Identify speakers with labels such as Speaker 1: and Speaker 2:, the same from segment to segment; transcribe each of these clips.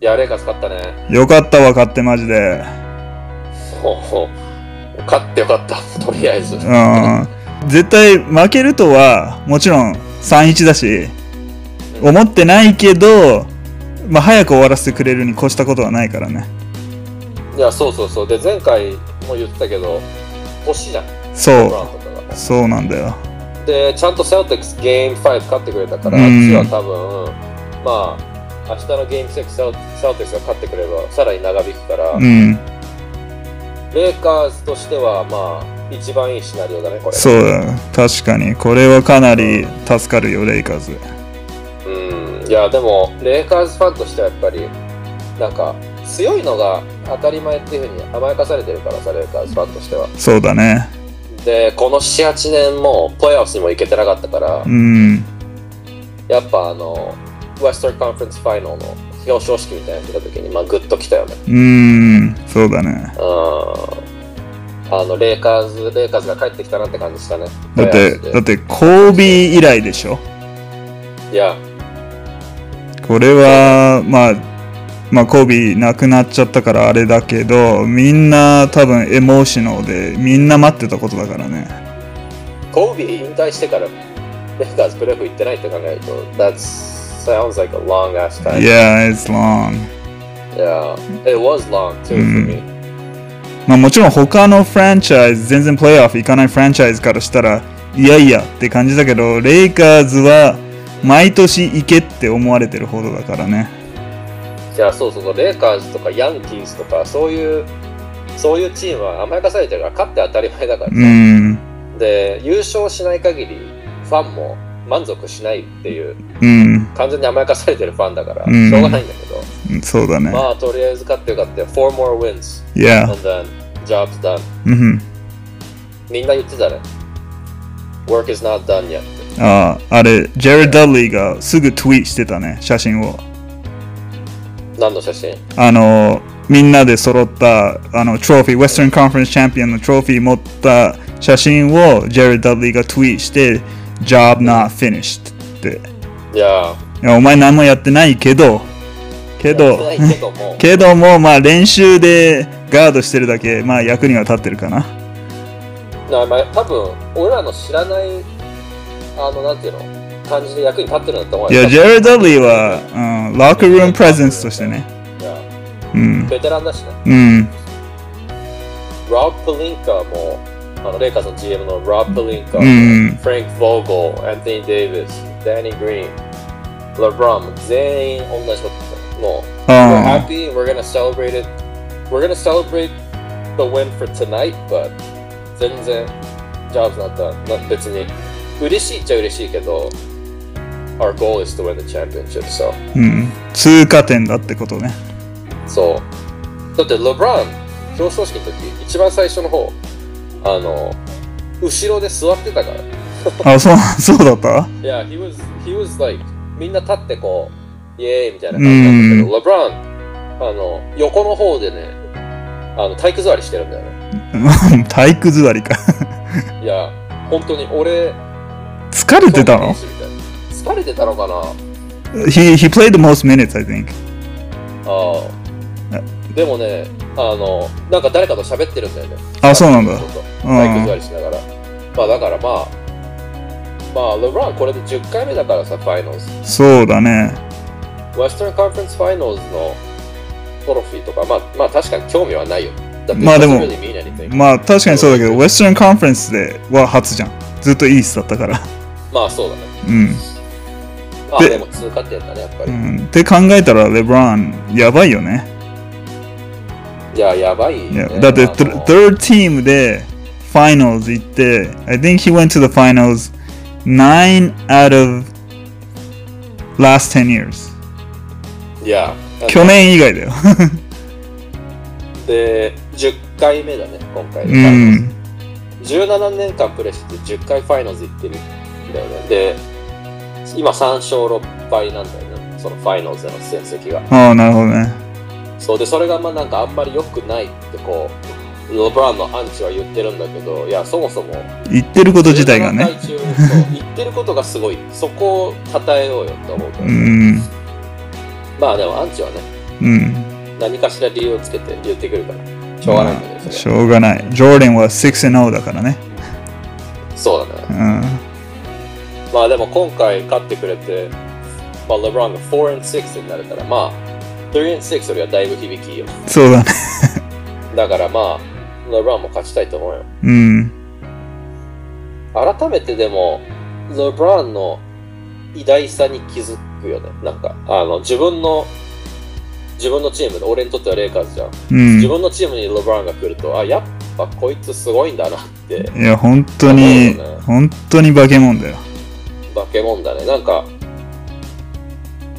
Speaker 1: やれが使ったね。
Speaker 2: よかったわ、買ってマジで。
Speaker 1: ほうほう。勝ってよかった、 とりあえず。
Speaker 2: うん。絶対負けるとは、もちろん3-1だし、思ってないけど、まあ、早く終わらせてくれるに越したことはないからね。
Speaker 1: いや、そうそうそう。で、前回も言ってたけど、星じゃん。ブラウ
Speaker 2: そ
Speaker 1: ンとかが
Speaker 2: う。そうなんだよ。
Speaker 1: で、ちゃんとセオテックスゲーム5勝ってくれたから、
Speaker 2: うん
Speaker 1: 次は多分、まあ、明日のゲーム6セオセオテックスが勝ってくれば、さらに長引くから、
Speaker 2: うん。
Speaker 1: レイカーズとしては、まあ、一番いいシナリオだね、これ。
Speaker 2: そうだよ。確かに。これはかなり助かるよ、レイカーズ。
Speaker 1: うん、いや、でも、レイカーズファンとしてはやっぱり、なんか、強いのが当たり前っていうふうに甘やかされてるからさ、レイカーズファンとしては。
Speaker 2: そうだね。
Speaker 1: で、この7、8年も、プレーオフにも行けてなかったから、
Speaker 2: うん。
Speaker 1: やっぱあの、ウェスタンカンファレンスファイナルの表彰式みたいなの来た時に、まあ、グッと来たよね。
Speaker 2: うん。そうだね。
Speaker 1: うん。あの、レイカーズ、レイカーズが帰ってきたなって感じしたね。
Speaker 2: だっ
Speaker 1: プレイオ
Speaker 2: て、
Speaker 1: フで
Speaker 2: だって、コービー以来でしょ
Speaker 1: いや、
Speaker 2: これは、まあ、まあ、コービー亡くなっちゃったからあれだけど、みんな多分エモーショナルで、みんな待ってたことだからね。
Speaker 1: コービー引退してから、レイカーズプレーオフ行ってないって考えると、that sounds like a long ass time.
Speaker 2: Yeah, it's long.
Speaker 1: Yeah, it was long too for me.
Speaker 2: まあもちろん他のフランチャイズ、全然プレイオフ行かないフランチャイズからしたら、いやいやって感じだけど、レイカーズは毎年行けって思われてるほどだからね。
Speaker 1: じゃあそうそうそう、レイカーズとかヤンキースとか、そういう、そういうチームは甘やかされてるから、勝って当たり前だから
Speaker 2: う
Speaker 1: さ、
Speaker 2: ん、
Speaker 1: で、優勝しない限り、ファンも満足しないっていう、
Speaker 2: うん、
Speaker 1: 完全に甘やかされてるファンだから、
Speaker 2: うん
Speaker 1: しょうがないんだけど、
Speaker 2: そうだね。
Speaker 1: まあとりあえず勝ってよかったよ。4 more wins,
Speaker 2: Yeah,
Speaker 1: and then job's done.
Speaker 2: うん、
Speaker 1: みんな言ってたね。Work is not done yet.
Speaker 2: ああ、あれ、ジェレッド・ダッリーがすぐツイートしてたね、写真を。
Speaker 1: 何の写真
Speaker 2: あのみんなで揃ったあのトロフィー、ウェスタンカンファレンスチャンピオンのトロフィー持った写真をジェレッド・ダブリーがツイートして、Job not finished って。
Speaker 1: いや
Speaker 2: いやお前何もやってないけど、
Speaker 1: け
Speaker 2: けど、
Speaker 1: ないけども、
Speaker 2: けども、まあ練習でガードしてるだけ、まあ役には立ってるかな。
Speaker 1: なまあ、多分俺らの知らない、あの、なんていうの、感じで役に立ってるんだと思う
Speaker 2: い
Speaker 1: よ
Speaker 2: や、ジェレッド・ダブリーは、うん、ロッカールームプレゼンスとしてね。
Speaker 1: いや
Speaker 2: うん、
Speaker 1: ベテランだしね。
Speaker 2: うん、
Speaker 1: ロブ・プリンカーも、あのレイカーズの GM のロブ・プリンカーも、
Speaker 2: うん
Speaker 1: フランク・ヴォーゴル、アンテニー・デイビス、ダニー・グリーン、ラブラン、全員同じこと言ってたもう、We're
Speaker 2: あ
Speaker 1: happy, we're gonna celebrate it, we're gonna celebrate the win for tonight, but 全然 job's not done. まあ別に、嬉しいっちゃ嬉しいけど、our goal is to win the championship, so.
Speaker 2: あ、うん、通過点だってことね。
Speaker 1: そう。だって、レブラン、表彰式の時、一番最初の方、あの、後ろで座ってたから。い
Speaker 2: あ、そう、そうだった
Speaker 1: や、he was, he was like, みんな立ってこう、イエーイみたいな感じなんだけど、レブラン、あの、横の方でね、あの、体育座りしてるんだよね。
Speaker 2: うん体育座りか。
Speaker 1: いや、本当に俺、
Speaker 2: 疲れてたの
Speaker 1: そうなんですみたいな疲れてたのかな
Speaker 2: he, he played the most minutes, I think.
Speaker 1: ああ。でもね、あの、なんか誰かと喋ってるんだよね。
Speaker 2: あ、そうなんだ。
Speaker 1: そうそう体育座
Speaker 2: う
Speaker 1: りしながら。まあだからまあ、まあ、レブランこれで10回目だからさ、ファイナルズ。
Speaker 2: ん。そうだね。
Speaker 1: ウェスタンカンファレンスファイナルズのトロフィーとか、まあ、まあ確かに興味はないよ。だって
Speaker 2: まあでも
Speaker 1: it doesn't really mean anything
Speaker 2: まあ確かにそうだけど、ウェスタンカンファレンスでは初じゃん。ずっとイースだったから。
Speaker 1: まあそうだね。
Speaker 2: うん。
Speaker 1: あ
Speaker 2: で
Speaker 1: でも通過点だね、やっぱ
Speaker 2: う
Speaker 1: り。
Speaker 2: ん、って考えたら、レブラン、やばいよね。
Speaker 1: いや、やばい、
Speaker 2: い
Speaker 1: ね
Speaker 2: や。だって、
Speaker 1: あの
Speaker 2: third team で、ファイナルズ行って、I think he went to the finals 9 out of last 10 years.
Speaker 1: いや、
Speaker 2: 去年以外 だよ。
Speaker 1: で、10回目だね、今回で。
Speaker 2: う
Speaker 1: ファイナルズ
Speaker 2: ん。
Speaker 1: 17年間プレーして10回ファイナルズ行ってるんだよね。で、今3勝6敗なんだよね、そのファイナルズでの成績が。
Speaker 2: ああ、なるほどね。
Speaker 1: そうで、それがまあなんかあんまり良くないってこう、ロブランのアンチは言ってるんだけど、いや、そもそも、
Speaker 2: 言ってること自体がね。
Speaker 1: 17回中そう言ってることがすごい、そこを称えようよって思うけど、
Speaker 2: うん。
Speaker 1: まあでもアンチはね、
Speaker 2: うん。
Speaker 1: 何かしら理由をつけて言ってくるから、しょうがないんだけ
Speaker 2: ま
Speaker 1: ど、
Speaker 2: あ
Speaker 1: そ
Speaker 2: し
Speaker 1: れ
Speaker 2: ょうがない。ジョーレンは6-0だからね。
Speaker 1: そうだね。
Speaker 2: うん。
Speaker 1: まあでも今回勝ってくれて、まあ、レブロンが4 and 6になるから、まあ、3 and 6よりはだいぶ響きいいよ。
Speaker 2: そうだね。
Speaker 1: だからまあ、レブロンも勝ちたいと思うよ。
Speaker 2: うん。
Speaker 1: 改めてでも、レブロンの偉大さに気づくよね。なんか、あの、自分の、自分のチームで、俺にとってはレイカーズじゃん。
Speaker 2: う
Speaker 1: 自
Speaker 2: ん。
Speaker 1: 分のチームにレブロンが来ると、あ、やっぱこいつすごいんだなって、
Speaker 2: いや、本当に
Speaker 1: そうだね、
Speaker 2: 本当に化け物だよ。
Speaker 1: 化け物だね。なんか、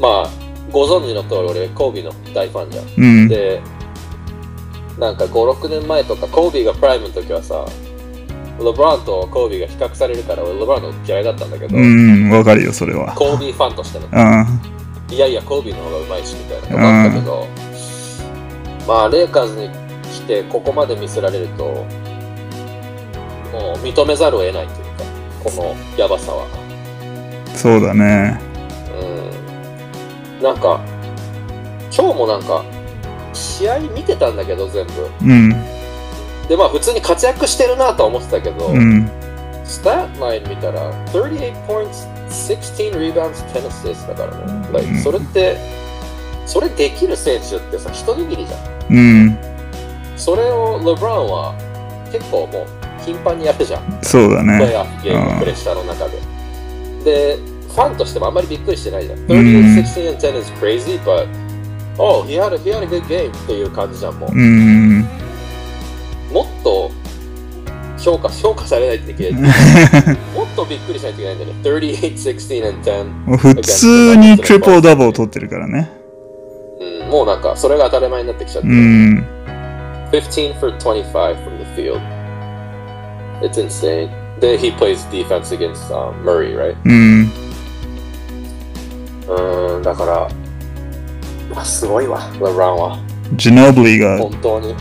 Speaker 1: まあ、ご存知の通り俺、コービーの大ファンじゃん。
Speaker 2: うん。
Speaker 1: でなんか56年前とかコービーがプライムの時はさレブランとコービーが比較されるから俺レブランの嫌いだったんだけど、
Speaker 2: うん、わかるよ、それは。
Speaker 1: コービーファンとしての
Speaker 2: う
Speaker 1: いやいやコービーの方がうまいしみたいなとこあったけど、まあレイカーズに来てここまで見せられるともう認めざるを得ないというかこのヤバさは
Speaker 2: ん。そうだね。
Speaker 1: うんなんか今日もなんか試合見てたんだけど全部
Speaker 2: うん。
Speaker 1: でまあ普通に活躍してるなとは思ってたけど、
Speaker 2: うん。
Speaker 1: スタッライン見たら38 points、16 rebounds、10 assists だからね、Like
Speaker 2: うん
Speaker 1: それって、それできる選手ってさ、一握りじゃん。
Speaker 2: うん。
Speaker 1: それをレブランは結構もう頻繁にやるじゃん、
Speaker 2: そうだ
Speaker 1: プレイ
Speaker 2: ね。
Speaker 1: ヤーゲー
Speaker 2: うん
Speaker 1: ム、プレッシャーの中で。で、ファンとしてもあんまりびっくりしてないじゃん。38、16 and 10 is crazy, but oh, he had a, he had a good game っていう感じじゃん、もう。
Speaker 2: うん。
Speaker 1: もっと評価評価されないといけないもっとびっくりしないといけないんだよね。38、16 and 10。
Speaker 2: もう普通にトリプルダブル取ってるからね。
Speaker 1: うん、もうなんか、それが当たり前になってきちゃって。
Speaker 2: うん。
Speaker 1: 15 for 25 from the field. It's insane. Then he plays defense against、um, Murray, right?
Speaker 2: うん。
Speaker 1: うーん、だから、まあ、すごいわ、レブランは。
Speaker 2: ジェノブリが、
Speaker 1: 本当に。うん、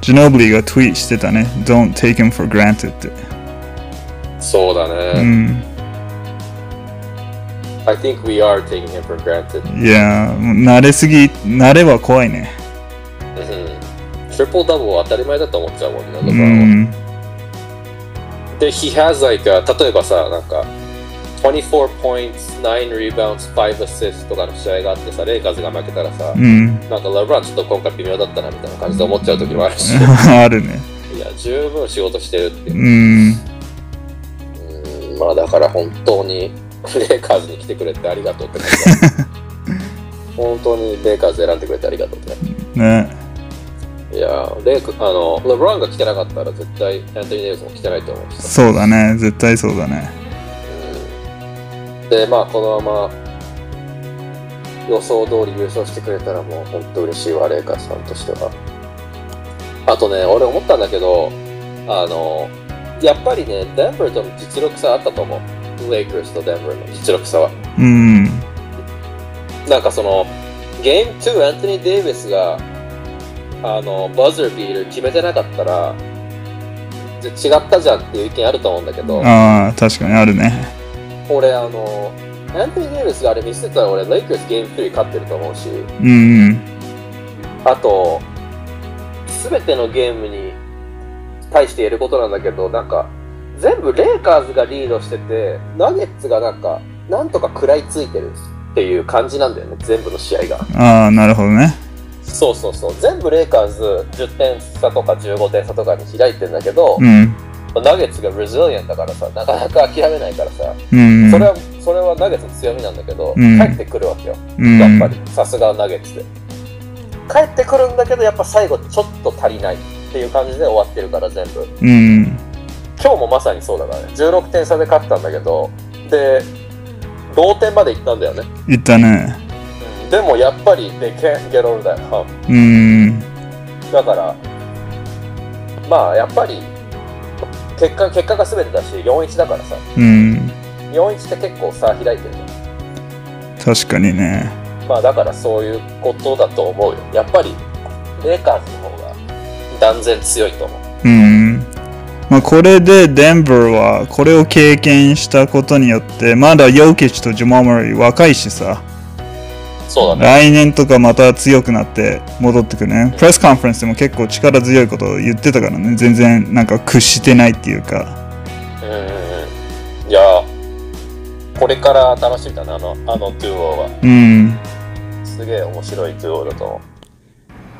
Speaker 2: ジェノブリがツイートしてたね。Don't take him for granted って。
Speaker 1: そうだ
Speaker 2: う
Speaker 1: ね。
Speaker 2: ん。
Speaker 1: I think we are taking him for granted.
Speaker 2: いやー、もう慣れすぎ、慣れは怖いね。
Speaker 1: うん。トリプルダブルは当たり前だと思っちゃうもんね、レ
Speaker 2: う
Speaker 1: ブランは。
Speaker 2: ん。
Speaker 1: で、he has like, a, 例えばさ、なんか、24 points, 9 rebounds, 5 assists とかの試合があってさ、レイカーズが負けたらさ、
Speaker 2: うん。
Speaker 1: なんかラブランちょっと今回微妙だったなみたいな感じで思っちゃう時もあるし、
Speaker 2: あるね。
Speaker 1: いや、十分仕事してるっていう。
Speaker 2: うん。
Speaker 1: うんまあだから本当に、レイカーズに来てくれてありがとうって感 じだ本当にレイカーズ選んでくれてありがとうって感
Speaker 2: ね。
Speaker 1: じ。いや、レイク、あの、ラブランが来てなかったら絶対、アントニー・デイビスも来てないと思うしさ。
Speaker 2: そうだね。絶対そうだね。
Speaker 1: でまあこのまま予想通り優勝してくれたらもう本当嬉しいわレイカーズさんとしてはあとね俺思ったんだけどあのやっぱりねデンバーとの実力差あったと思うレイカーズとデンバーの実力差は
Speaker 2: うん。
Speaker 1: なんかそのゲーム2アントニー・デイビスがあのバズービール決めてなかったらじゃ違ったじゃんっていう意見あると思うんだけど、
Speaker 2: ああ、確かにあるね。
Speaker 1: 俺あのアントニー・デイビスがあれ見せてたら俺レイカーズゲーム3勝ってると思うし
Speaker 2: うんうん。
Speaker 1: あと全てのゲームに対して言えることなんだけどなんか全部レイカーズがリードしててナゲッツがなんかなんとか食らいついてるっていう感じなんだよね全部の試合が
Speaker 2: ああ、なるほどね。
Speaker 1: そうそうそう全部レイカーズ10点差とか15点差とかに開いてんだけど、
Speaker 2: うん。
Speaker 1: ナゲッツがレジリエンだからさなかなか諦めないからさ
Speaker 2: うん。
Speaker 1: それはそれはナゲッツの強みなんだけど、
Speaker 2: うん
Speaker 1: 帰ってくるわけよ
Speaker 2: うん、
Speaker 1: やっぱりさすがナゲッツで帰ってくるんだけどやっぱ最後ちょっと足りないっていう感じで終わってるから全部
Speaker 2: うん。
Speaker 1: 今日もまさにそうだからね16点差で勝ったんだけどで同点まで行ったんだよね
Speaker 2: 言ったね。
Speaker 1: でもやっぱり they can't get over that hump
Speaker 2: うん。
Speaker 1: だからまあやっぱり結果結果が全てだし4-1だからさ
Speaker 2: うん。
Speaker 1: 4-1って結構差開いてるじゃん
Speaker 2: 確かにね。
Speaker 1: まあだからそういうことだと思うよ。やっぱりレイカーズの方が断然強いと思う。
Speaker 2: うん。まあ、これでデンバーはこれを経験したことによってまだヨーキッチとジュマーマリー若いしさ
Speaker 1: そうだね。
Speaker 2: 来年とかまた強くなって戻ってくるね。プレスカンファレンスでも結構力強いことを言ってたからね。全然なんか屈してないっていうか。
Speaker 1: うんうんうん。いやー、これから楽しみだな、あの、あの2オは。
Speaker 2: うん。
Speaker 1: すげえ面白い2オだと思う。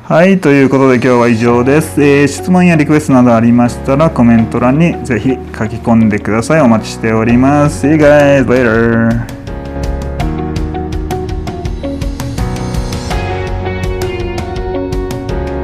Speaker 2: はい、ということで今日は以上です。えー質問やリクエストなどありましたらコメント欄にぜひ書き込んでください。お待ちしております。See you guys later!